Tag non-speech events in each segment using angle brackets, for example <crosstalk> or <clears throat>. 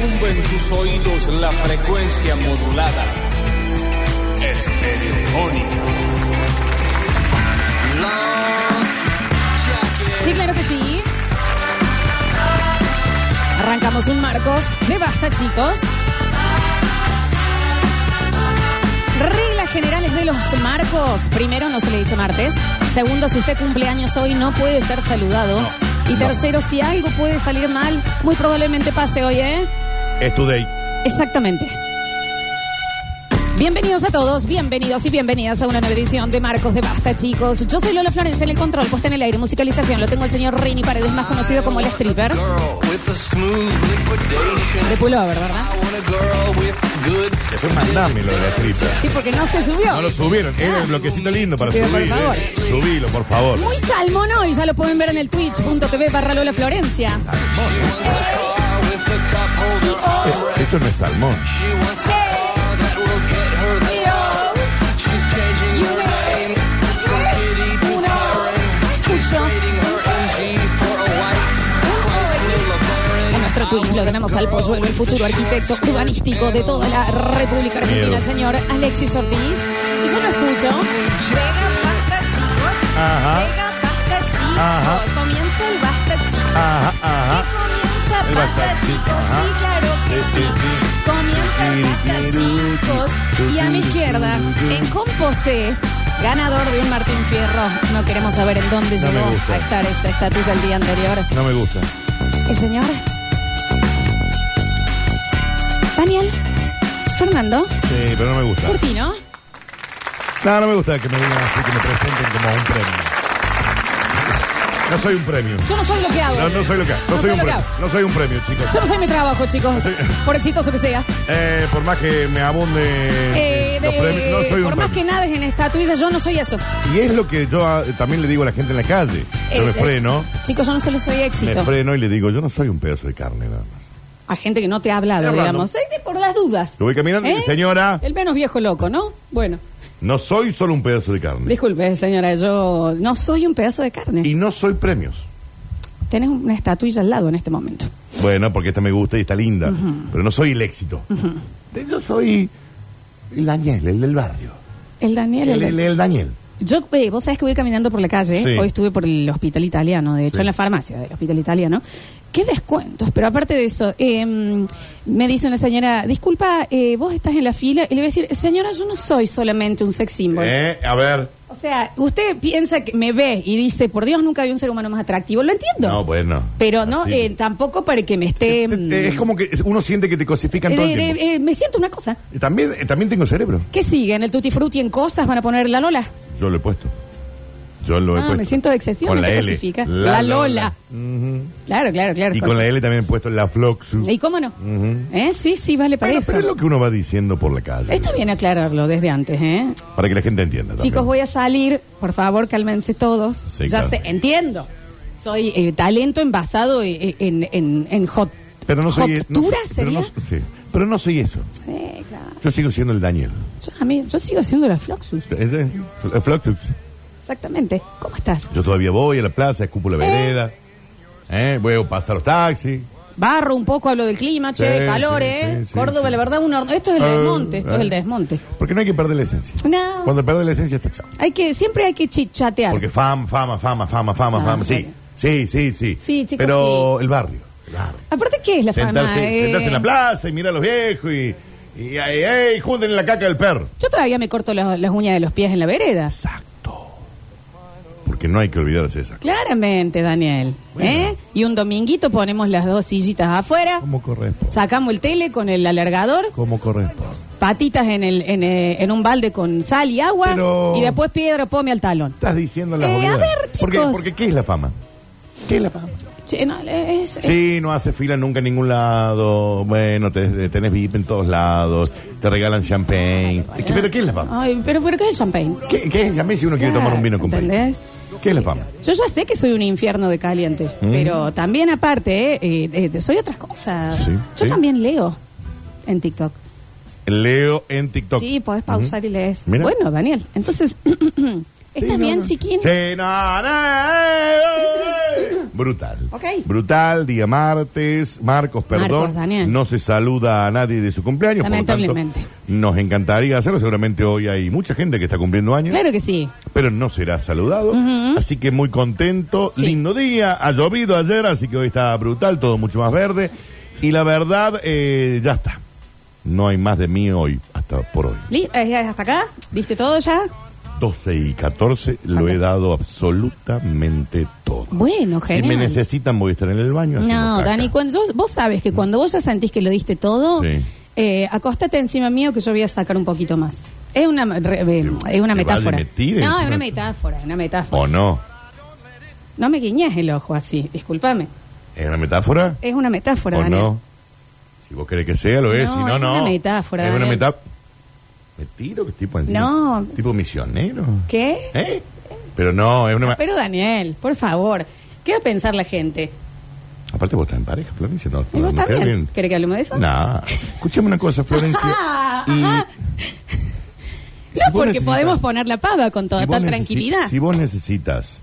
sus oídos la frecuencia modulada. Estereofónica. Sí, claro que sí. Arrancamos un Marcos de Basta, chicos. Reglas generales de los marcos. Primero, no se le dice martes. Segundo, si usted cumple años hoy, no puede ser saludado. y tercero, si algo puede salir mal, muy probablemente pase hoy, ¿eh? Es today. Exactamente. Bienvenidos a todos, bienvenidos y bienvenidas a una nueva edición de Marcos de Basta, chicos. Yo soy Lola Florencia en el control, puesta en el aire, musicalización. Lo tengo el señor Rini Paredes, más conocido como el stripper. De pullover, ¿verdad? Se fue mandame lo de la tripa. Sí, porque no se subió. No lo subieron, era Ah. el bloquecito lindo para Pido por subir. favor. eh. Subilo, por favor. Muy salmón hoy, ya lo pueden ver en el twitch.tv barra Lola Florencia. Eh, Esto no es salmón. Y uno, tres, uno, escucho. En nuestro Twitch lo tenemos al polluelo, el futuro arquitecto urbanístico de toda la República Argentina, Miedo. el señor Alexis Ortiz. Y yo lo escucho. Llega basta, chicos. Ajá. Llega basta, chicos. Ajá. Comienza el basta, chicos. Ajá, ajá. Comienza El basta, Basta, chicos. ajá. Sí, claro que Sí, sí, sí. sí. Comienza el basta, chicos. Y a mi izquierda, en Composé. Ganador de un Martín Fierro. No queremos saber en dónde No me llegó gusta. a estar esa estatua el día anterior. No me gusta. El señor Daniel Fernando Sí, pero no me gusta. Curtino. No, no me gusta que me digan así, que me presenten como un premio. No soy un premio. Yo no soy lo que hago. No, no soy lo que. No, No soy un lo que premio. hago. No soy un premio, chicos. Yo no soy mi trabajo, chicos. soy- Por exitoso que sea. Eh, por más que me abunde Eh, los de- premios, Este, no soy un por más premio. que nada es en estatuilla, yo no soy eso. Y es lo que yo ah, también le digo a la gente en la calle. Yo Eh, me eh, freno, Chicos, yo no solo soy me éxito. freno y le digo, yo no soy un pedazo de carne nada más. A gente que no te ha hablado, Estoy hablando. digamos. Eh, de- por las dudas. Lo voy caminando y, ¿Eh? señora, El menos viejo loco, ¿no? Bueno, no soy solo un pedazo de carne. disculpe, señora, yo no soy un pedazo de carne. Y no soy premios. Tenés una estatuilla al lado en este momento. Bueno, porque esta me gusta y está linda. Pero no soy el éxito. Yo soy el Daniel, el del barrio. El Daniel. El, el- el Daniel. Yo, eh, vos sabés que voy caminando por la calle, Sí. hoy estuve por el hospital italiano, de hecho Sí. en la farmacia del hospital italiano. ¿Qué descuentos? Pero aparte de eso, eh, me dice una señora, disculpa, eh, vos estás en la fila, y le voy a decir, señora, yo no soy solamente un sex symbol. Eh, a ver. O sea, usted piensa que me ve y dice, por Dios, nunca vi un ser humano más atractivo, lo entiendo. No, bueno. Pero no, Así. eh, tampoco para que me esté... mm, Eh, <laughs> es como que uno siente que te cosifican todo eh, el eh, tiempo. eh, me siento una cosa. Y También, eh, también tengo cerebro. ¿Qué sigue? ¿En el Tutti Frutti en cosas van a poner la Lola? Yo lo he puesto. Yo lo he Ah, puesto. me siento excesivamente Con la L. cosifica. La, La Lola. Lola. Ujú. Claro, claro, claro. Y con la L también he puesto la Floxu. ¿Y cómo no? Ujú. ¿Eh? Sí, sí, vale para Bueno, eso. pero es lo que uno va diciendo por la calle. Está bien aclararlo desde antes, ¿eh? Para que la gente entienda. también. Chicos, voy a salir. Por favor, cálmense todos. ya Sí, claro. sé, entiendo. Soy eh, talento envasado eh, en, en, en hot. Pero no soy. no ¿Jotura soy- sería? Pero no, sí. Pero no soy eso. Eh, claro. Yo sigo siendo el Daniel. Yo, a mí- yo sigo siendo la Floxus. Es- es- el Fluxus. Exactamente. ¿Cómo estás? Yo todavía voy a la plaza, escupo la vereda. Eh, Voy a pasar los taxis. Barro un poco, hablo del clima, che, Sí, calor, sí, ¿eh? sí, sí, Córdoba, sí. la verdad, un horno. Esto es el Ah, desmonte, esto es ah. el desmonte. Porque no hay que perder la esencia. No. Cuando pierde la esencia está chao. Hay que, siempre hay que chichatear. Porque fama, fama, fama, fama, fama, Ah, fama. Sí, bueno. sí, sí, sí. Sí, chicos, Pero el barrio. El barrio. Aparte, ¿qué es la Sentarse, fama? eh? sentarse en la plaza y mirar a los viejos y. Y ay, ay, junten la caca del perro. Yo todavía me corto las, las uñas de los pies en la vereda. Exacto. Porque no hay que olvidarse de esa cosa. Claramente, Daniel. Bueno. ¿eh? Y un dominguito ponemos las dos sillitas afuera, Como corresponde. sacamos el tele con el alargador, Como corresponde. patitas en, el, en, eh, en un balde con sal y agua, Pero- y después piedra, pome al talón. Estás diciendo la Eh, boludeces. a ver, Porque, chicos. porque ¿qué es la fama? ¿Qué es la fama? Che, no, es- es- Sí, no hace fila nunca en ningún lado. Bueno, te- eh, tenés VIP en todos lados. Te regalan champagne. Es que, ¿Pero qué es la fama? Ay, pero, pero ¿qué es el champagne? ¿Qué, qué es el champagne si uno quiere Claro, tomar un vino con país? ¿entendés? ¿Qué es la fama? Yo ya sé que soy un infierno de caliente, Mm. pero también aparte, eh, eh, eh, soy otras cosas. Sí, Yo sí. también leo en TikTok. Leo en TikTok. Sí, podés pausar y lees. Mira. Bueno, <clears throat> Daniel, entonces, ¿estás Sí, no, bien, no. chiquín? Sí, no, no, eh, eh, Brutal. Ok. Brutal, día martes, Marcos, perdón. Daniel. No se saluda a nadie de su cumpleaños. por lo tanto, Lamentablemente. nos encantaría hacerlo. Seguramente hoy hay mucha gente que está cumpliendo años. Claro que sí. Pero no será saludado. Así que muy contento. Sí. Lindo día. Ha llovido ayer, así que hoy está brutal, todo mucho más verde. Y la verdad, eh, ya está. No hay más de mí hoy, hasta por hoy. Li- eh, ¿Hasta acá? ¿Viste todo ya? 12 y 14 lo he dado absolutamente todo. Bueno, Si genial. me necesitan voy a estar en el baño. haciendo No, caca. Dani, cuando yo- vos sabes que cuando vos ya sentís que lo diste todo, Mm. Sí. eh, acostate encima mío que yo voy a sacar un poquito más. Es una, re- eh, es una que metáfora. vaya y me tire. no, es una metáfora, es una metáfora. ¿O no? No me guiñes el ojo así, discúlpame. ¿Es una metáfora? Es una metáfora, ¿O Daniel. no? Si vos querés que sea, lo es. No, Si no, es no. una metáfora, Es una Daniel. metáfora. ¿Me tiro? ¿Qué tipo encima? No. ¿Tipo misionero? ¿Qué? ¿Eh? Pero no, es una... Pero Daniel, por favor, ¿qué va a pensar la gente? Aparte vos estás en pareja, Florencia. No, ¿Y no vos queda también? bien. ¿Querés que hablemos de eso? Nah. Escúchame una cosa, Florencia. <laughs> Ajá, Y- Ah, ajá. si No, vos porque necesitas- podemos poner la pava con toda Si vos tal necesi- tranquilidad. Si vos necesitas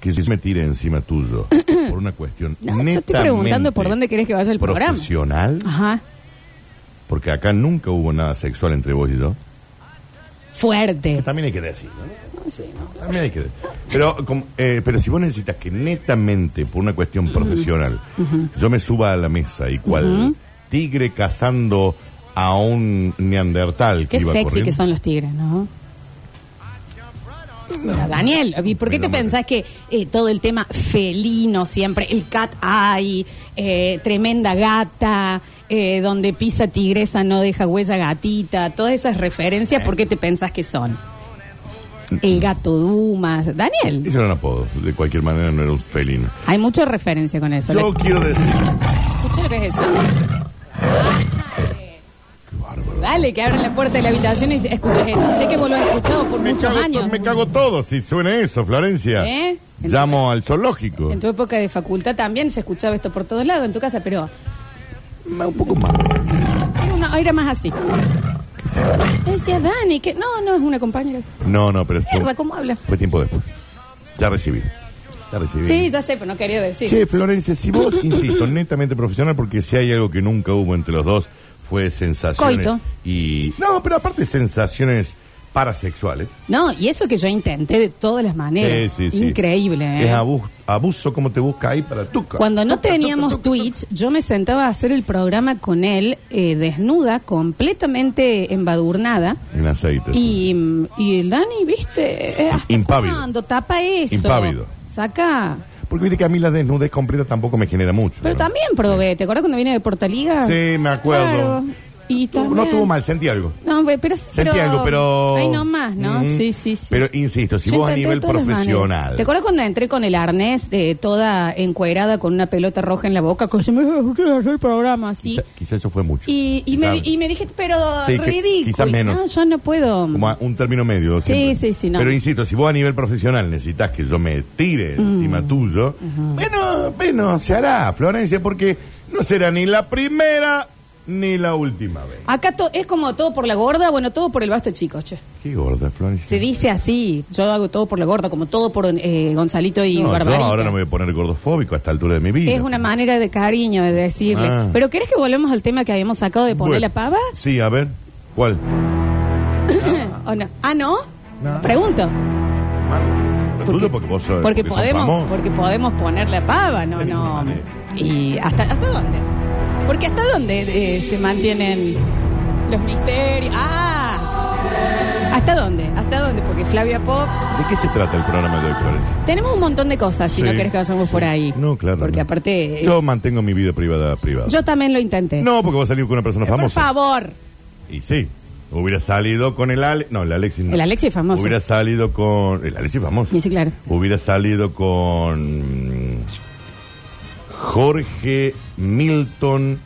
que yo me tire <coughs> encima tuyo por una cuestión No, yo estoy preguntando por dónde querés que vaya el programa. Profesional, Ajá. porque acá nunca hubo nada sexual entre vos y yo. Fuerte. Que también hay que decir, ¿no? También hay que decir. Pero, como, eh, pero si vos necesitas que netamente, por una cuestión profesional, yo me suba a la mesa y cual tigre cazando a un neandertal que Qué iba sexy corriendo. que son los tigres, ¿no? Daniel, ¿y por qué Me te enamoré. pensás que eh, todo el tema felino siempre, el cat eye, eh, tremenda gata, eh, donde pisa tigresa no deja huella gatita, todas esas referencias, ¿por qué te pensás que son? El gato Dumas, Daniel, Eso era un apodo. De cualquier manera, no era un felino. hay mucha referencia con eso. Yo quiero decir. Escucha lo que es eso. Qué bárbaro. Dale, que abren la puerta de la habitación y escuchas esto. Sé que vos lo has escuchado por Me muchos cago, años. to- me cago todo si suena eso, Florencia. ¿Eh? Llamo al zoológico. En tu época de facultad también se escuchaba esto por todos lados en tu casa, pero Ma- Un poco más. era, una- era más así. Yo decía, Dani, que no, no es una compañera. No, no, pero fue, Mierda, ¿cómo habla? fue tiempo después. Ya recibí. Ya recibí. Sí, ya sé, pero no quería decir. Che, Florencia, si <coughs> vos, insisto, netamente profesional, porque si hay algo que nunca hubo entre los dos, fue sensaciones. Coito. Y. No, pero aparte, sensaciones parasexuales. No, y eso que yo intenté de todas las maneras. Sí, sí, sí. Increíble, ¿eh? Es abuso, abuso como te busca ahí para tu Cuando no teníamos Twitch, yo me sentaba a hacer el programa con él eh, desnuda, completamente embadurnada. En aceite. Y, mm, y el Dani, viste, eh, ¿hasta Impávido. cuándo? Tapa eso. Impávido. Saca. Porque viste que a mí la desnudez completa tampoco me genera mucho. Pero ¿no? también probé, ¿te acuerdas cuando vine de Portaliga? Sí, me acuerdo. Y Tu- también... No tuvo mal, sentí algo. No, pe- pero sí, Sentí algo, pero. Ay, no más, ¿no? Mm. Sí, sí, sí. Pero insisto, si Yo vos a intenté de nivel todas las profesional. maneras. ¿Te acuerdas cuando entré con el arnés eh, toda encuerada con una pelota roja en la boca? Que se me hacer el programa así. Quizá, quizá eso fue mucho. Y, y, Quizá- me, y me dije, pero Sí, que- ridículo. quizá menos. No, yo no puedo. Como a- un término medio. Sí, sí, sí, no. Pero insisto, si vos a nivel profesional necesitas que yo me tire Mm. encima tuyo, bueno, bueno, se hará, Florencia, porque no será ni la primera ni la última vez. Acá to- es como todo por la gorda, bueno, todo por el basta, chicos, che. Qué gorda, Florencia. Se dice así, yo hago todo por la gorda, como todo por eh, Gonzalito y No, yo Barbarita. ahora no me voy a poner gordofóbico a esta altura de mi vida. Es una manera de cariño de decirle. Ah. Pero ¿querés que volvemos al tema que habíamos sacado de poner Bueno. la pava? Sí, a ver, ¿cuál? ¿O no? Ah, no. No. Pregunto. Porque, porque vos sos- Porque, porque sos podemos, famoso. porque podemos poner la pava, no, De ninguna no. manera. ¿Y hasta, hasta dónde? Porque hasta dónde eh, se mantienen los misterios. Ah. ¿Hasta dónde? ¿Hasta dónde? Porque Flavia Pop ¿De qué se trata el programa de hoy, Florencia? Tenemos un montón de cosas, si Sí, no querés que vayamos sí. por ahí. No, claro. Porque no. aparte, eh, yo, Yo mantengo mi vida privada privada. también lo intenté. No, porque vos salís con una persona Eh, por famosa. favor. Y sí. Hubiera salido con el Alex. No, el Alexis no. El Alexis es famoso. Hubiera salido con. El Alexis es famoso. Y sí, claro. Hubiera salido con. Jorge Milton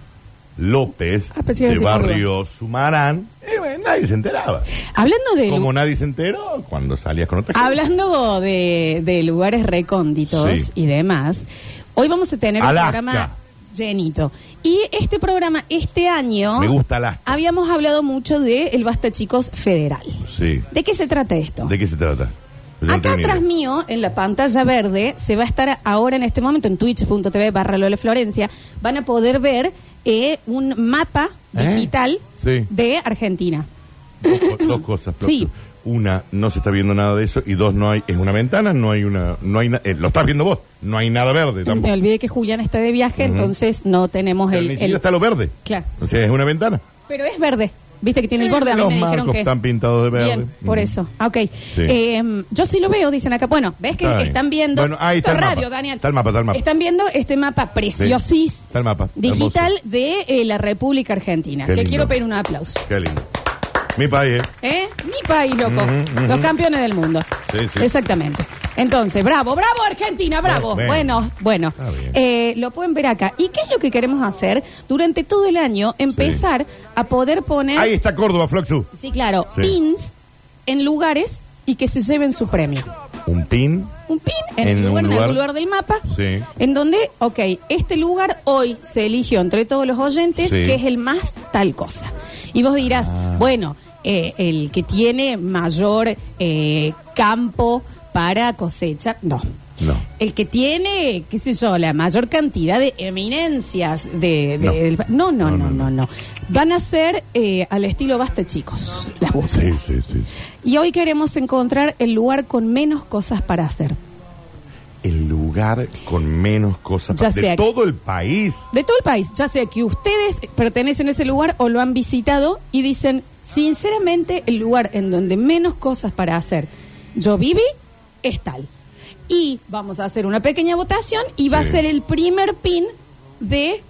López Ah, pensé que iba a de decir Barrio Sumarán. Eh, bueno, nadie se enteraba. Hablando de, Como nadie se enteró cuando salías con otra <laughs> gente. hablando de, de lugares recónditos Sí. y demás, hoy vamos a tener Alaska. un programa llenito. Y este programa, este año, Me gusta Alaska. habíamos hablado mucho de el Basta Chicos Federal. Sí. ¿De qué se trata esto? ¿De qué se trata? Yo no Acá tengo ni atrás idea. mío, en la pantalla verde, se va a estar ahora en este momento en twitch.tv barra Lola Florencia. Van a poder ver eh, un mapa ¿Eh? digital Sí. de Argentina. Dos, co- dos cosas. Flor. Sí. Una, no se está viendo nada de eso. Y dos, no hay. Es una ventana, no hay una. no hay na- eh, Lo estás viendo vos. No hay nada verde Me tampoco. olvidé que Julián está de viaje, entonces no tenemos Pero el... Ni el- siquiera está lo verde. Claro. O sea, es una ventana. Pero es verde. Viste que tiene el borde, a mí Los me dijeron marcos que... están pintados de verde. Bien, por Ujú. eso. Ah, Ok. Eh, yo sí lo veo, dicen acá. Bueno, ves que Está bien. están viendo. Bueno, ahí Esto está es el mapa. radio, Daniel. Está el mapa, está el mapa. Están viendo este mapa preciosís. Está el mapa. Digital de eh, la República Argentina. Qué que lindo. quiero pedir un aplauso. Qué lindo. Mi país, ¿eh? ¿Eh? Mi país, loco. Ujú, ujú. Los campeones del mundo. Sí, sí. Exactamente. Entonces, bravo, bravo Argentina, bravo. Bueno, Bueno, bueno. Está bien. Eh, lo pueden ver acá. ¿Y qué es lo que queremos hacer? Durante todo el año, empezar a poder poner. Ahí está Córdoba, Floxu. Sí, claro. Sí. Pins en lugares y que se lleven su premio. Un pin. Un pin en, En el lugar, un en algún lugar. lugar del mapa. Sí. En donde, ok, este lugar hoy se eligió entre todos los oyentes Sí. Ah. que es el más tal cosa. Y vos dirás, bueno, eh, el que tiene mayor eh, campo para cosecha, no. No. El que tiene, qué sé yo, la mayor cantidad de eminencias de... de- No. del- no, no, no, No, no, no, no, Van a ser eh, al estilo basta, chicos, las Sí, búsquedas. sí, sí. Y hoy queremos encontrar el lugar con menos cosas para hacer. El lugar con menos cosas Ya de sea- todo el país. De todo el país, ya sea que ustedes pertenecen a ese lugar o lo han visitado y dicen, sinceramente, el lugar en donde menos cosas para hacer yo viví es tal. Y vamos a hacer una pequeña votación y va a Sí. ser el primer pin de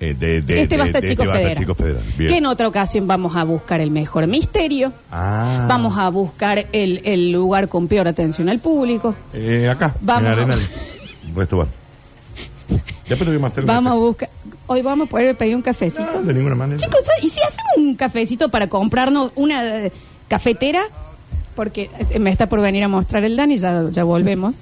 Eh, de, de- este de- Basta de- Chico este Federal. Chico Federal. Bien. Que en otra ocasión vamos a buscar el mejor misterio, Ah. vamos a buscar el, el lugar con peor atención al público. Eh, acá, Vamos. en <laughs> Arenal. Resto bar. Ya pero voy más tarde. Vamos a buscar. Hoy vamos a poder pedir un cafecito. No, de ninguna manera. Chicos, ¿y si hacemos un cafecito para comprarnos una eh, cafetera? Porque eh, me está por venir a mostrar el Dani, ya, ya volvemos.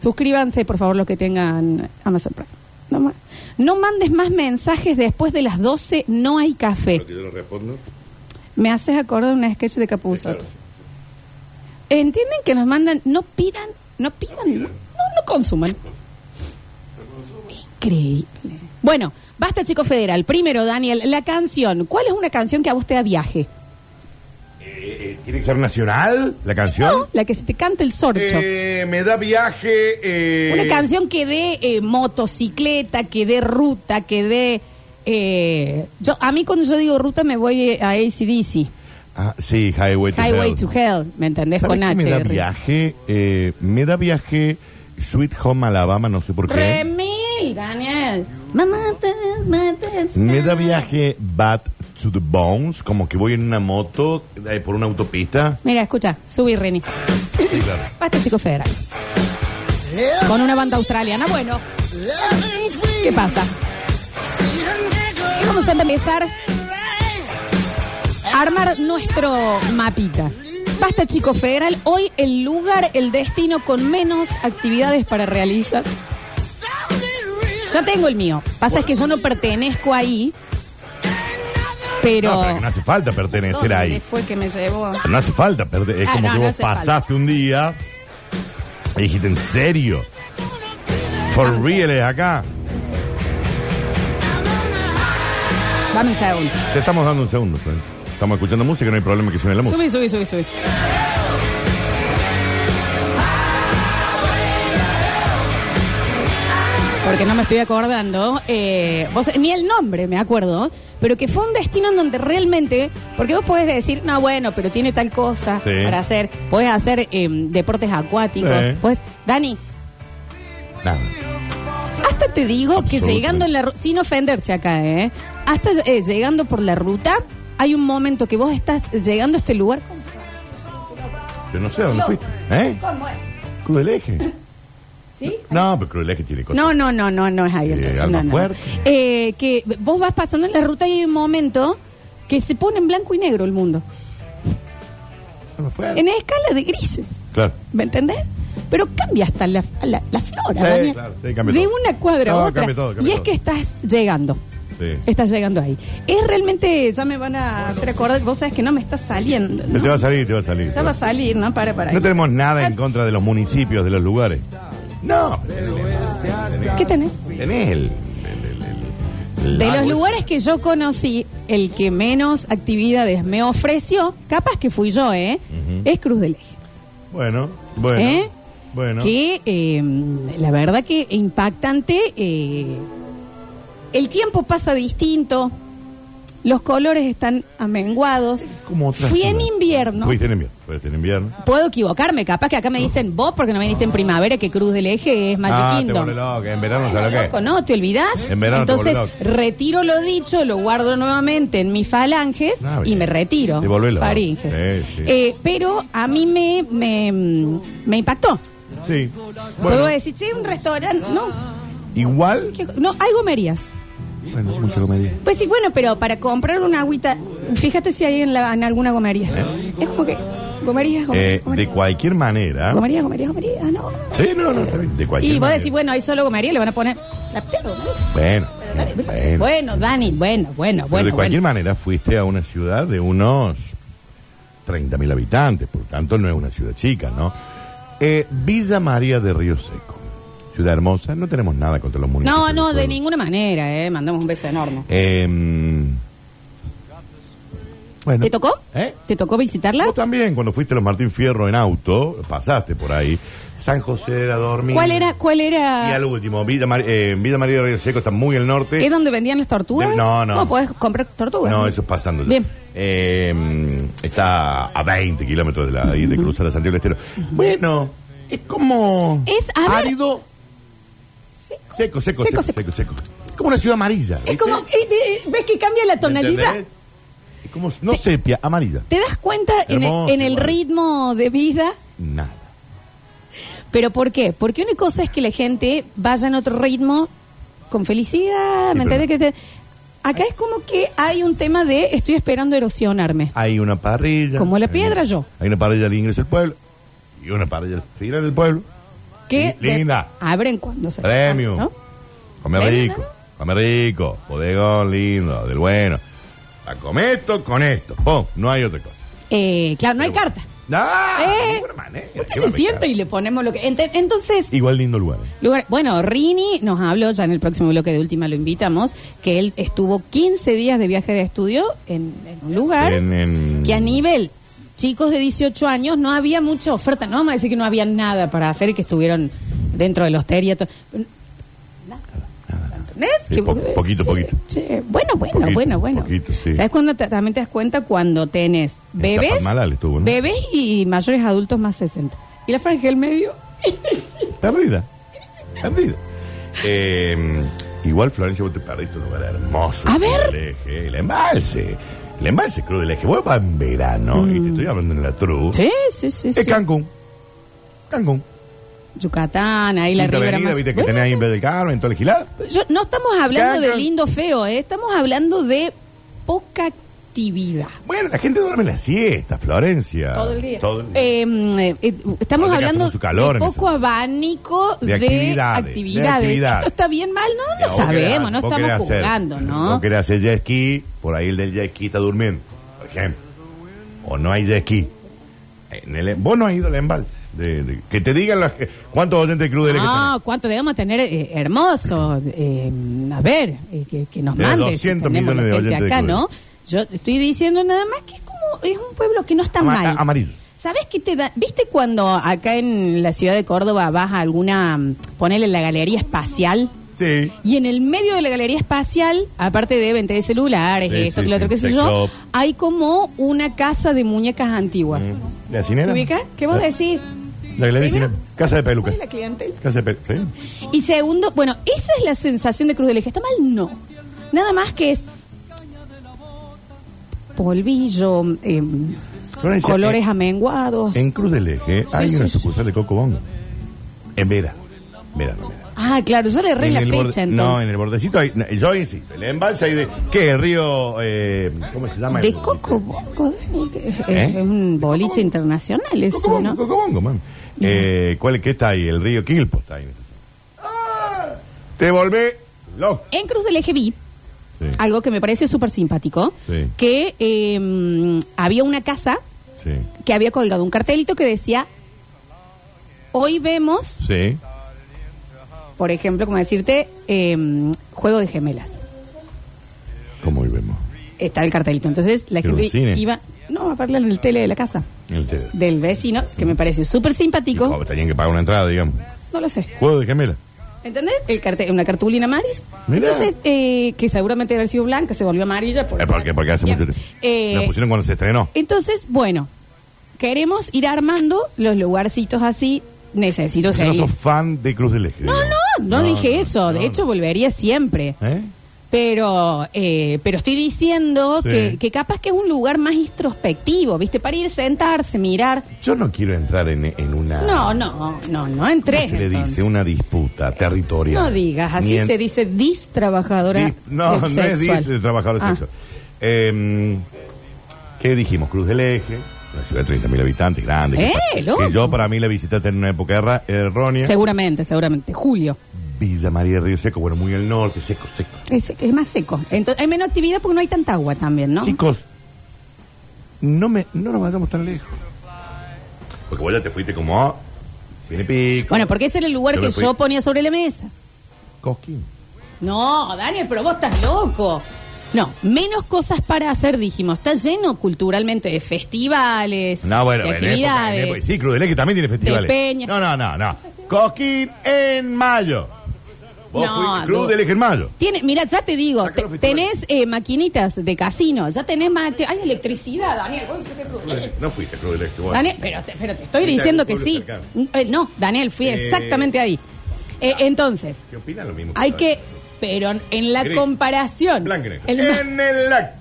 Suscríbanse, por favor, los que tengan Amazon Prime. No, ma- no mandes más mensajes después de las 12, no hay café. Lo que yo no respondo. Me haces acordar un sketch de Capuzotto. ¿Entienden que nos mandan? No pidan, no pidan, no, no consuman. Increíble. Bueno, basta, chico federal. Primero, Daniel, la canción. ¿Cuál es una canción que a vos te da viaje? Eh, eh, ¿Tiene que ser nacional la canción? No, la que se te canta el sorcho. Eh, me da viaje. eh, una canción que dé eh, motocicleta, que dé ruta, que dé. eh, yo, a mí, cuando yo digo ruta, me voy eh, a ACDC. Ah, sí, Highway to Highway Hell. to Hell. ¿Me entendés? ¿Sabes Con qué H. Me da Rick. viaje. eh, me da viaje Sweet Home Alabama, no sé por qué. Remil, Daniel. Mamá, te- me te- Me da viaje Bad to the Bones, como que voy en una moto eh, por una autopista. Mira, escucha, subí Rini. Sí, claro. Basta, chico federal. Con una banda australiana. Bueno, ¿qué pasa? Vamos a empezar a armar nuestro mapita. Basta, chico federal. Hoy el lugar, el destino con menos actividades para realizar. Yo tengo el mío. Pasa es que yo no pertenezco ahí. Pero. No, pero que no hace falta pertenecer ¿Dónde ahí. fue que me llevó? No hace falta perder. Es Ah, como no, que no vos hace pasaste un día y dijiste, ¿en serio? For Vamos a real es acá. Dame un segundo. Te estamos dando un segundo, Florencia. Estamos escuchando música, no hay problema que suene la música. Subí, subí, subí, subí. Porque no me estoy acordando, eh, vos- ni el nombre me acuerdo, pero que fue un destino en donde realmente, porque vos podés decir, no, bueno, pero tiene tal cosa Sí. para hacer, podés hacer eh, deportes acuáticos, Sí. podés- Dani, Nada. Hasta te digo que Absolutamente. llegando en la ru- sin ofenderse acá, ¿eh? Hasta eh, llegando por la ruta, hay un momento que vos estás llegando a este lugar. Yo no sé a dónde fuiste. ¿Eh? ¿Cómo es? Cruz del Eje. <laughs> ¿Sí? No, pero Cruz del Eje tiene cosas. No, no, no, no, no es ahí Eh, entonces. alma no, no. fuerte. Eh, que vos vas pasando en la ruta y hay un momento que se pone en blanco y negro el mundo. No fue. En escala de grises. Claro. ¿Me entendés? Pero cambia hasta la, la- la flora, Sí, Daniel. claro, sí, cambia de todo. una cuadra a No, otra. cambia todo, cambia y es todo. que estás llegando. Sí. Está llegando ahí. Es realmente, ya me van a hacer acordar, vos sabes que no me está saliendo. Pero Te va a ¿no? salir, te va a salir. Ya va a salir, ¿no? Para, para. No tenemos nada en Ah, contra de los municipios, de los lugares. No, ¿Qué tenés? tenés el. el- el- el- el De lago los ese. lugares que yo conocí, el que menos actividades me ofreció, capaz que fui yo, ¿eh? Es Cruz del Eje. Bueno, bueno. ¿Eh? Bueno. Que eh, la verdad que impactante. eh, el tiempo pasa distinto. Los colores están amenguados. Como otras Fui en ciudades. invierno. Fuiste en invierno. Fuiste en invierno. Puedo equivocarme, capaz que acá me dicen vos porque no viniste en primavera que Cruz del Eje es Magic ah, te Kingdom. volvés loca, En verano, Bueno, ¿sabes lo que? loco, no, te olvidás. En verano te Entonces, volvés loco. retiro lo dicho, lo guardo nuevamente en mis falanges Ah, y bien. me retiro. Te volvés loco. Faringes. Sí, sí. Eh, pero a mí me, me, mm, me impactó. Sí. Luego Bueno, decir, che, un restaurante. No, igual. ¿qué- no, hay gomerías. Bueno, mucho comedia. Pues sí, bueno, pero para comprar una agüita, fíjate si hay en, la- en alguna gomería. Es como que. Gomerías, gomerías. Eh, de gomerías, cualquier manera. gomerías, gomerías, gomerías, ah, no. Sí, no, no, está bien, de cualquier Y vos manera. decís, bueno, hay solo gomería, le van a poner la perra, ¿no? Bueno, bueno. Bueno, Dani, bueno, bueno, Pero bueno. de cualquier bueno. manera fuiste a una ciudad de unos 30.000 habitantes, por tanto no es una ciudad chica, ¿no? Eh, Villa María de Río Seco, ciudad hermosa, no tenemos nada contra los municipios. No, no, de pueblo. ninguna manera, eh. Mandamos un beso enorme. Eh, bueno. ¿Te tocó? ¿Eh? ¿Te tocó visitarla? Vos también, cuando fuiste a los Martín Fierro en auto, pasaste por ahí. San José era dormir. ¿Cuál era? ¿Cuál Y al era? último, Villa, Mar- eh, Villa María de Río Seco está muy al norte. ¿Es donde vendían las tortugas? De- no, no. ¿Cómo podés comprar tortugas? No, eso es pasando. ya. Bien. Eh, está a 20 kilómetros de, la, ahí de cruzar a Santiago del Estero. Bueno, es como Es, a ver- árido, Sí. seco, seco, seco, seco, seco, Es como una ciudad amarilla. ¿viste? Es como, eh, eh, ¿ves que cambia la tonalidad? ¿Entendés? Es como, no sepia, amarilla. ¿Te das cuenta en el, Hermoso, en el igual. ritmo de vida? Nada. ¿Pero por qué? Porque una cosa es que la gente vaya en otro ritmo con felicidad, Sí, ¿me pero entendés? Que te- Acá es como que hay un tema de estoy esperando erosionarme. Hay una parrilla. Como la hay piedra, una- yo. Hay una parrilla al ingreso del pueblo y una parrilla al final del pueblo. Que Li- linda. de- abren cuando se Premium. Ah, ¿no? Come Premium, rico, come rico, bodegón lindo, del bueno. A comer esto con esto. Pum, no hay otra cosa. Eh, claro, no hay carta. No, Eh, de ninguna manera. usted ¿Qué se va a sienta pescar? y le ponemos lo que... Ente- entonces, Igual lindo lugar. ¿eh? Lugar- bueno, Rini nos habló, ya en el próximo bloque de última lo invitamos, que él estuvo 15 días de viaje de estudio en, en un lugar En- en- que a nivel chicos de 18 años no había mucha oferta, no vamos a decir que no había nada para hacer y que estuvieron dentro de los hostería. to- ¿Entendés? Sí, Que po- vos- poquito, che, poquito. che, bueno, bueno, Poquito, bueno, bueno. poquito, sí. ¿Sabes cuándo te- también te das cuenta? Cuando tenés bebés, Chapadmalal estuvo, ¿no? bebés y mayores adultos más 60. Y la franja del medio... Perdida. Perdida. Eh, igual, Florencia, vos te perdiste un lugar hermoso. A el Cruz ver. del Eje, el embalse. El embalse Cruz del Eje. Vos vas en verano, y te estoy hablando en la tru. Mm. Sí, sí, sí. sí. Es Cancún. Cancún. Yucatán, ahí la Quinta Ribera Avenida, más- viste que tenés ahí en Playa del Carmen, toda la gilada. Yo- no estamos hablando de Cancún. lindo feo, ¿eh? estamos hablando de poca actividad. Bueno, la gente duerme en la siesta, Florencia. Todo el día. Eh, eh, eh, estamos Ahora que hace hablando mucho calor de en poco ese- abanico de, De actividades, de actividades. actividades. Esto está bien mal, no, no Vos sabemos, querés- no vos querés estamos hacer- jugando, ¿no? Vos querés hacer jet ski, por ahí el del jet ski está durmiendo, por ejemplo. O no hay jet ski. En el- vos no has ido al embalse. De- de- que te digan la- cuántos oyentes de Cruz del Eje No, ¿cuánto debemos tener eh, hermoso? Eh, a ver, eh, que, que nos De mande. si 200 tenemos millones de gente oyentes de acá, clubes. ¿no? Yo estoy diciendo nada más que es como es un pueblo que no está Ama- mal. a- amarillo. ¿Sabes qué te da? ¿Viste cuando acá en la ciudad de Córdoba vas a alguna, mm, ponele la galería espacial? tenés? Sí. Y en el medio de la galería espacial, aparte de venta de celulares, Sí, esto, sí, que lo sí, otro, qué sé sex yo, shop. hay como una casa de muñecas antiguas. Mm. Eh, ¿La cinera? ¿Te ubicas? ¿Qué vos La- decís? La galería Primero, cinera. Casa de ¿Cuál pelucas. es la clientela? Casa de pelucas. Sí. Y segundo, bueno, esa es la sensación de Cruz del Eje. ¿Está mal? No. Nada más que es polvillo, em, Florencia, eh, colores en- amenguados. En Cruz del Eje Sí, hay sí, una sí. sucursal de Coco Bongo. En Vera. Vera, no, Vera. Ah, claro, yo le erré En la el fecha borde- entonces. No, en el bordecito hay. no, Yo insisto, el embalse hay de. ¿Qué? El río. eh, ¿Cómo se llama? De El- Coco Bongo, Dani, que es- ¿Eh? es un boliche internacional eso, Cocobongo, ¿no? Cocobongo, man. Eh, ¿Cuál es que está ahí? El río Quilpo está ahí. Te volvé loco. En Cruz del Eje vi Sí. algo que me parece súper simpático, Sí. que eh, había una casa Sí. que había colgado un cartelito que decía, hoy vemos, Sí. por ejemplo, como decirte, eh, Juego de Gemelas. ¿Cómo hoy vemos? Está el cartelito. Entonces la ¿Pero gente en el cine? iba, no, a verla en el tele de la casa, El te- del vecino, que me parece súper Oh, simpático. tenían que pagar una entrada, digamos. No lo sé. Juego de gemela. ¿Entendés? El cartel, una cartulina amarilla. Mirá. Entonces, eh, que seguramente debe haber sido blanca, se volvió amarilla. por- Eh, porque, porque hace Bien. mucho tiempo. Eh, La pusieron cuando se estrenó. Entonces, bueno, queremos ir armando los lugarcitos así. Necesito Entonces, seguir. no sos fan de Cruz del Eje. No, digamos. no, no, dije eso. no, de hecho, no. volvería siempre. ¿Eh? Pero, eh, pero estoy diciendo Sí. que, que capaz que es un lugar más introspectivo, ¿viste? Para ir, sentarse, mirar. Yo no quiero entrar en, en una. No, no, no, no ¿Cómo entré. se le dice una disputa territorial. No digas, así Ni en- se dice distrabajadora. Dis- No, no es sexual. dice trabajador Ah. sexual. Eh, ¿Qué dijimos? Cruz del Eje, una ciudad de 30.000 habitantes, grande. que ¡Eh, pa- loco! que yo para mí la visité en una época erra- errónea. Seguramente, seguramente. Julio. Villa María de Río Seco, bueno, muy al norte, seco, seco. Es, es más seco. Entonces, hay menos actividad porque no hay tanta agua también, ¿no? Chicos, no, me, no nos vayamos tan lejos. Porque vos ya te fuiste como... ah, Viene pico. Bueno, porque ese era el lugar Yo que me fui. yo ponía sobre la mesa. Cosquín. No, Daniel, pero vos estás loco. No, menos cosas para hacer, dijimos. Está lleno culturalmente de festivales, No, bueno, de en época- en actividades. época- sí, Cruz del Eje también tiene festivales. Peña. No, no, no, no. Cosquín en mayo. Vos No, fuiste Cruz dudo. del Eje en mayo. Tiene, mira, ya te digo, Saca te- los festivales. tenés eh, maquinitas de casino, ya tenés más... te- Hay electricidad, Daniel. vos fuiste Cruz del Eje. No fuiste Cruz del Eje. vos. Daniel, pero te, pero te estoy Fuiste diciendo al que pueblo sí. cercano. N- eh, no, Daniel, fui Eh, exactamente ahí. Eh, entonces, ¿Qué opinas lo mismo? hay que... Pero en la Gris. comparación... Blanco y negro. el ma- En el lac.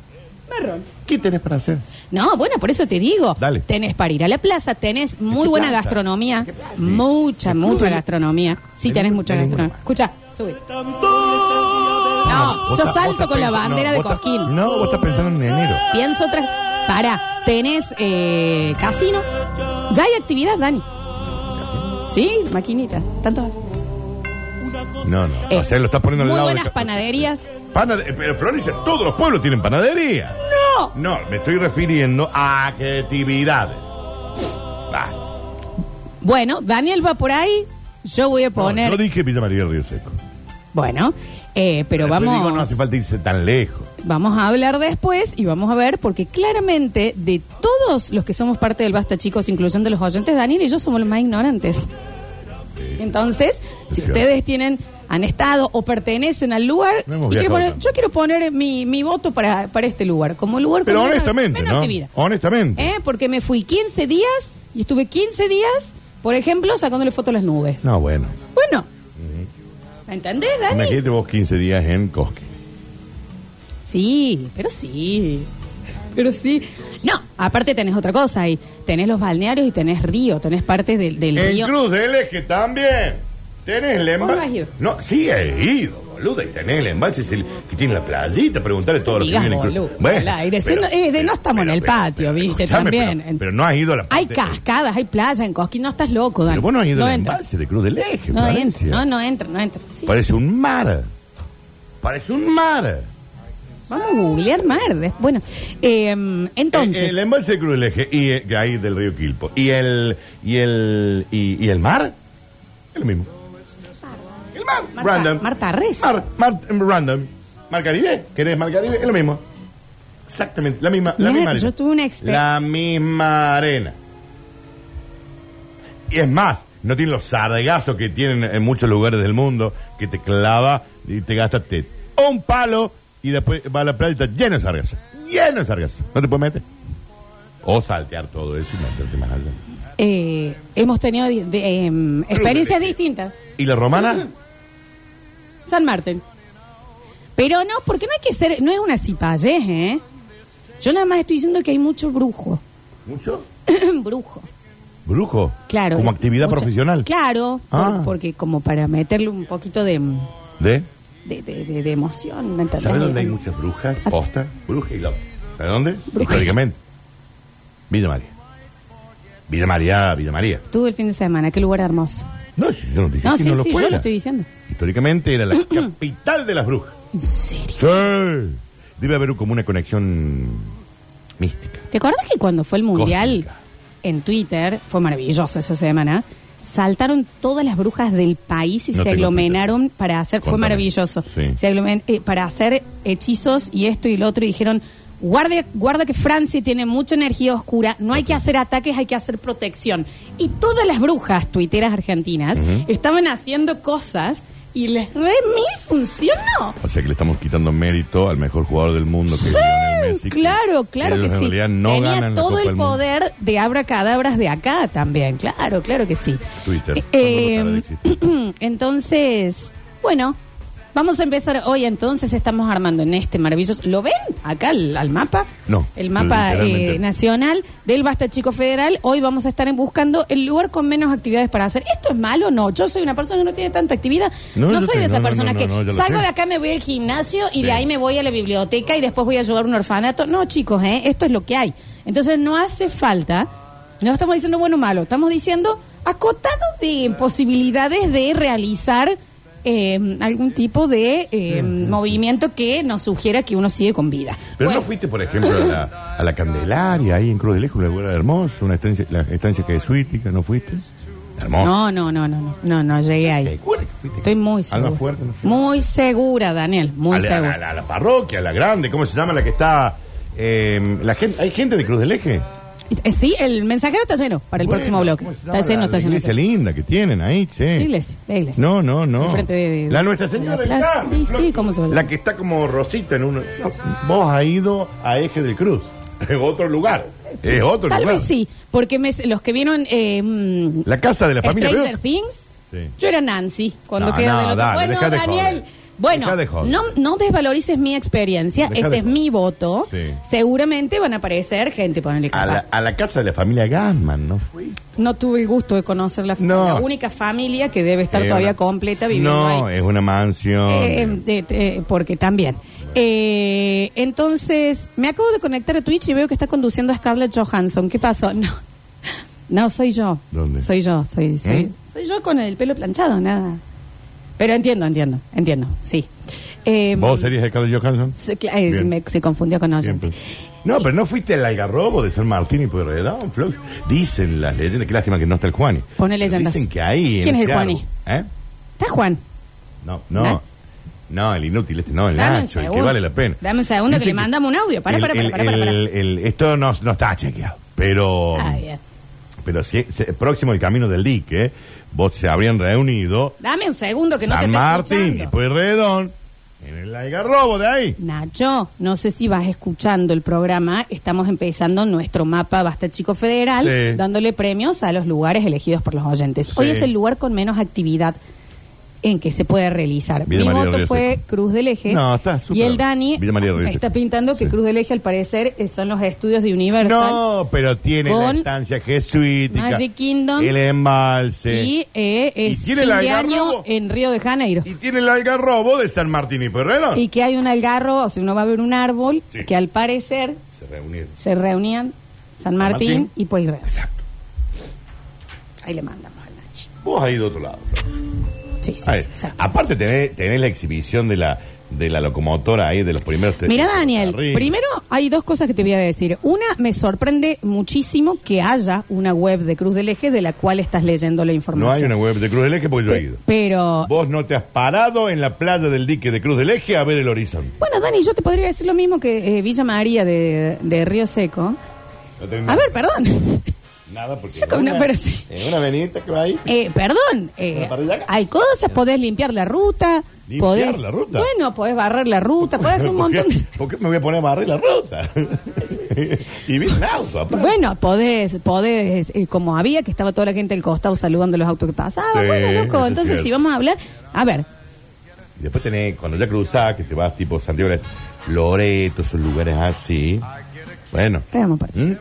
marrón. ¿Qué tenés para hacer? No, bueno, por eso te digo. Dale. Tenés para ir a la plaza, tenés muy buena plaza? gastronomía. ¿Qué plaza? Mucha, Sí. mucha No, gastronomía. Sí, no, tenés no, mucha no, no, gastronomía. no. Escucha, sube. Ah, No, vos yo estás- vos salto estás con la pensando- bandera de no, vos estás- Cosquín. No, vos estás pensando en enero. Pienso otra. Para, tenés eh, casino. Ya hay actividad, Dani. Sí, maquinita. Tanto. No, no. Eh, o sea, lo estás poniendo al muy lado de buenas ca- panaderías. Panade- eh, pero Florencia, todos los pueblos tienen panadería. No. No, me estoy refiriendo a actividades. Ah, Bueno, Daniel va por ahí. Yo voy a no, poner. yo dije Villa María del Río Seco. Bueno, eh, pero Después vamos. digo, no hace falta irse tan lejos. Vamos a hablar después y vamos a ver, porque claramente de todos los que somos parte del Basta Chicos, inclusión de los oyentes, Daniel y yo somos los más ignorantes. Entonces, si Cierto. ustedes tienen, han estado o pertenecen al lugar, No hemos y quiero viajado poner- tanto. yo quiero poner mi, mi voto para, para este lugar, como lugar Pero con menos- honestamente, menos ¿no? actividad. Honestamente. ¿Eh? Porque me fui 15 días y estuve 15 días, por ejemplo, sacándole fotos a las nubes. No, bueno. Bueno, ¿me entendés, Dani? Imagínate vos 15 días en Cosque. Sí, pero sí. Pero sí. No, aparte tenés otra cosa ahí. Tenés los balnearios y tenés río, tenés partes del, del En río. Cruz del Eje también. Tenés el ¿Vos no has embalse. ido? No, sí he ido, boluda. Y tenés el embalse es el que tiene la playita. Preguntarle todo lo que Digas, viene en Cruz. boludo, al aire. Si no- eh, de- no estamos en el patio, ¿viste? escuchame, También. Pero, pero no has ido a la Hay parte- cascadas, hay playa en Cosquín. No estás loco, Dani. Pero vos no has ido no al entra. embalse de Cruz del Eje, No entra. Florencia. No, no entra, no entra. Sí. Parece un mar. Parece un mar. Vamos a googlear mar. de- Bueno, eh, entonces. Eh, el embalse de Cruz del Eje y eh, que hay del río Quilpo. Y el y el y, y el mar es lo mismo. El mar, Marta- random. Marta Res. Mar, mar- em, random. Mar Caribe, ¿querés Mar Caribe? Es lo mismo. Exactamente, la misma, Mira, la pues misma arena. yo tuve una exper- La misma arena. Y es más, no tiene los sargazos que tienen en muchos lugares del mundo, que te clava y te gasta te- un palo y después va a la playa y está lleno de sargazos. Lleno de sargazos. No te puedes meter. O saltear todo eso y meterte más allá. eh, hemos tenido di- de- em, experiencias Eje. distintas. ¿Y la romana? San Martín. Pero no, porque no hay que ser, no es una cipayez, ¿eh? Yo nada más estoy diciendo que hay mucho brujo. <coughs> ¿Mucho? brujo, Brujo. claro. Como actividad Mucha- profesional. Claro, por- Ah. porque como para meterle un poquito de, ¿De? de, de- de- de emoción, ¿me entendés? ¿Sabes dónde hay muchas brujas? Ah. Posta, bruja y loca. ¿Sabes dónde? Bruja. Históricamente. Villa María. Villa María, Villa María. Estuve el fin de semana, qué lugar hermoso. No, si yo no dije No, que sí, no lo sí, yo fuera. lo estoy diciendo. <clears throat> Históricamente era la capital de las brujas. ¿En serio? Sí. Debe haber como una conexión mística. ¿Te acuerdas que cuando fue el mundial Cósmica. en Twitter, fue maravillosa esa semana, saltaron todas las brujas del país y No se tengo aglomeraron para hacer, fue Contame. maravilloso, Sí. se aglomen- eh, para hacer hechizos y esto y lo otro y dijeron, guarda, guarda que Francia tiene mucha energía oscura, no hay que hacer ataques, hay que hacer protección. Y todas las brujas tuiteras argentinas Ujú. estaban haciendo cosas y les re mil funcionó. O sea que le estamos quitando mérito al mejor jugador del mundo que es Lionel Messi. que Claro, claro que ellos sí. en realidad no Tenía ganan la todo Copa el del Mundo. poder de abracadabras de acá también. Claro, claro que sí. Twitter, Eh, cuando dejará <clears throat> entonces, bueno, vamos a empezar hoy. Entonces estamos armando en este maravilloso. ¿Lo ven acá al, al mapa? No, El mapa literalmente. eh, nacional del Basta Chico Federal. Hoy vamos a estar en- buscando el lugar con menos actividades para hacer. ¿Esto es malo? No. Yo soy una persona que no tiene tanta actividad. No, No, yo soy sé, de esa no, no, persona no, que no, yo lo salgo sé. de acá, me voy al gimnasio y de Bien. ahí me voy a la biblioteca y después voy a ayudar a un orfanato. No, chicos, ¿eh? esto es lo que hay. Entonces no hace falta, no estamos diciendo bueno o malo, estamos diciendo acotado de posibilidades de realizar eh, algún tipo de eh, movimiento que nos sugiera que uno sigue con vida. Pero Bueno, no fuiste, por ejemplo, a la, a la Candelaria, ahí en Cruz del Eje, un lugar hermoso, una estancia, la estancia jesuítica, ¿no fuiste? Hermoso. no, no, no, no, no, no, no, llegué ahí. ¿Segura que fuiste? Estoy muy segura. Alma fuerte, no fuiste. Muy segura, Daniel, muy a, la, a la- segura. a la- a la parroquia, a la grande, ¿cómo se llama la que está? eh, la gente, ¿Hay gente de Cruz del Eje? Eh, Sí, el mensajero está lleno para el Bueno, próximo bloque. ¿cómo se llama Está lleno, la- está la lleno. está iglesia lleno. linda que tienen ahí, che. La iglesia, la iglesia. No, no, no. Enfrente de- de- la Nuestra de la Señora del plaza. Carmen, Sí, Flor. sí, ¿cómo se llama? La que está como Rosita en uno. No, vos has ido a Eje del Cruz. Es otro lugar. Es otro Tal lugar. vez sí, porque me- los que vieron eh, mm, La casa de la familia Stranger Beot. Things, Sí. yo era Nancy cuando No, quedaba no, del otro. dale, bueno, dejá de Daniel, joder. bueno, Dejá de joder. no, no desvalorices mi experiencia, Dejá este de es joder. mi voto. Sí. Seguramente van a aparecer gente, ponele A la, capaz. a la casa de la familia Gasman, ¿no fui? No tuve el gusto de conocer la, No. la única familia que debe estar Es todavía Eh, una- completa viviendo ahí. No, es una mansión. Eh, em, de- de- porque también. Eh, entonces, me acabo de conectar a Twitch y veo que está conduciendo a Scarlett Johansson. ¿Qué pasó? <laughs> No, no soy yo. ¿Dónde? Soy yo, soy, soy, ¿Eh? soy yo con el pelo planchado, nada. Pero entiendo, entiendo, entiendo, sí. Eh, ¿Vos serías el Carlos Johansson? se, cla- eh, se Bien. me- se confundió con Bien, oyente. pues. No, pero no fuiste al algarrobo de San Martín y Pueyrredón, Flor. Dicen las leyendas, qué lástima que no está el Juani. Pone Pero leyendas. Dicen que ahí. en ¿Quién es el ese Juani? árbol- ¿Eh? ¿Está Juan? No, no. ¿Nah? No, el inútil este, no, el Dame un Nacho, el que segundo. vale la pena. Dame un segundo que le mandamos un audio. Pará, para pará, para pará, para pará, pará, pará. esto no, no está chequeado, pero... Ah, bien. Pero si, si- próximo el camino del dique, ¿eh? vos se habrían reunido Dame un segundo que no te San estoy Martín escuchando. y Pueyrredón en el algarrobo de ahí. Nacho, no sé si vas escuchando el programa. Estamos empezando nuestro mapa Basta Chico Federal, Sí. dándole premios a los lugares elegidos por los oyentes. Hoy Sí. es el lugar con menos actividad en que se puede realizar. Villa Mi María del voto Río fue Seco. Cruz del Eje. No, está súper. Y el Dani Villa María del Río está Seco. pintando que Sí. Cruz del Eje, al parecer, eh, son los estudios de Universal. No, pero tiene la Con estancia jesuítica. Magic Kingdom. El embalse. Y eh, Y es tiene fin la de Algarrobo. año en Río de Janeiro. Y tiene el algarrobo de San Martín y Pueyrredón. Y que hay un algarro, o sea, uno va a ver un árbol Sí. que al parecer Se reunieron. se reunían San San Martín, Martín. y Pueyrredón. Exacto. Ahí le mandamos al Nachi. Vos has ido a otro lado. Flor. Sí, sí, A ver, sí, exacto. aparte tenés, tenés la exhibición de la de la locomotora ahí de los primeros tres. Mira, Daniel, Arriba. primero hay dos cosas que te voy a decir. Una, me sorprende muchísimo que haya una web de Cruz del Eje de la cual estás leyendo la información. No hay una web de Cruz del Eje porque yo he ido. Pero, Vos no te has parado en la playa del dique de Cruz del Eje a ver el horizonte. bueno, Dani, yo te podría decir lo mismo que eh, Villa María de, de Río Seco. No tenés A ver, perdón. <laughs> Nada porque. Yo como es no, pero sí. es una avenida que va <laughs> ahí. Eh, perdón, eh, ¿Pero para allá? hay cosas, podés limpiar la ruta. ¿Limpiar podés, la ruta? Bueno, podés barrer la <laughs> ruta, podés hacer un ¿Por qué- montón de... ¿Por qué me voy a poner a barrer la ruta? <laughs> y vi un auto, aparte. Bueno, podés, podés, eh, como había, que estaba toda la gente al costado saludando los autos que pasaban. Sí, bueno, eso loco, es entonces cierto. si vamos a hablar, a ver, Y después tenés, cuando ya cruzás, que te vas tipo Santiago, del Este, Loreto, esos lugares así. Bueno. hagamos parte. ¿Mm?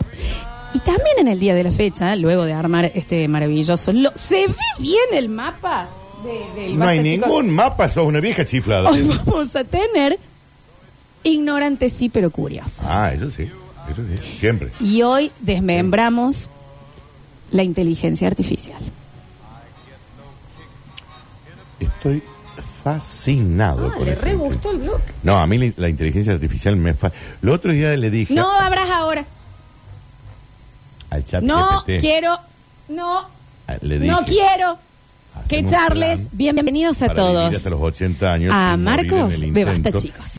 Y también en el día de la fecha, luego de armar este maravilloso... lo- ¿Se ve bien el mapa de- del No hay Basta, chicos? ningún mapa, sos una vieja chiflada. Hoy vamos a tener ignorante sí, pero curioso. Ah, eso sí, eso sí, siempre. Y hoy desmembramos la inteligencia artificial. Estoy fascinado Ah, con le esa re inteligencia. gustó el blog. No, a mí la, la inteligencia artificial me fa... Lo otro día le dije No abras ahora. al chat No GPT, quiero. No. a- le dije, No quiero. "Hacemos Que un charles. plan Bienvenidos a para vivir todos. hasta los 80 años. A sin morir en Marcos el de Basta, intento". chicos.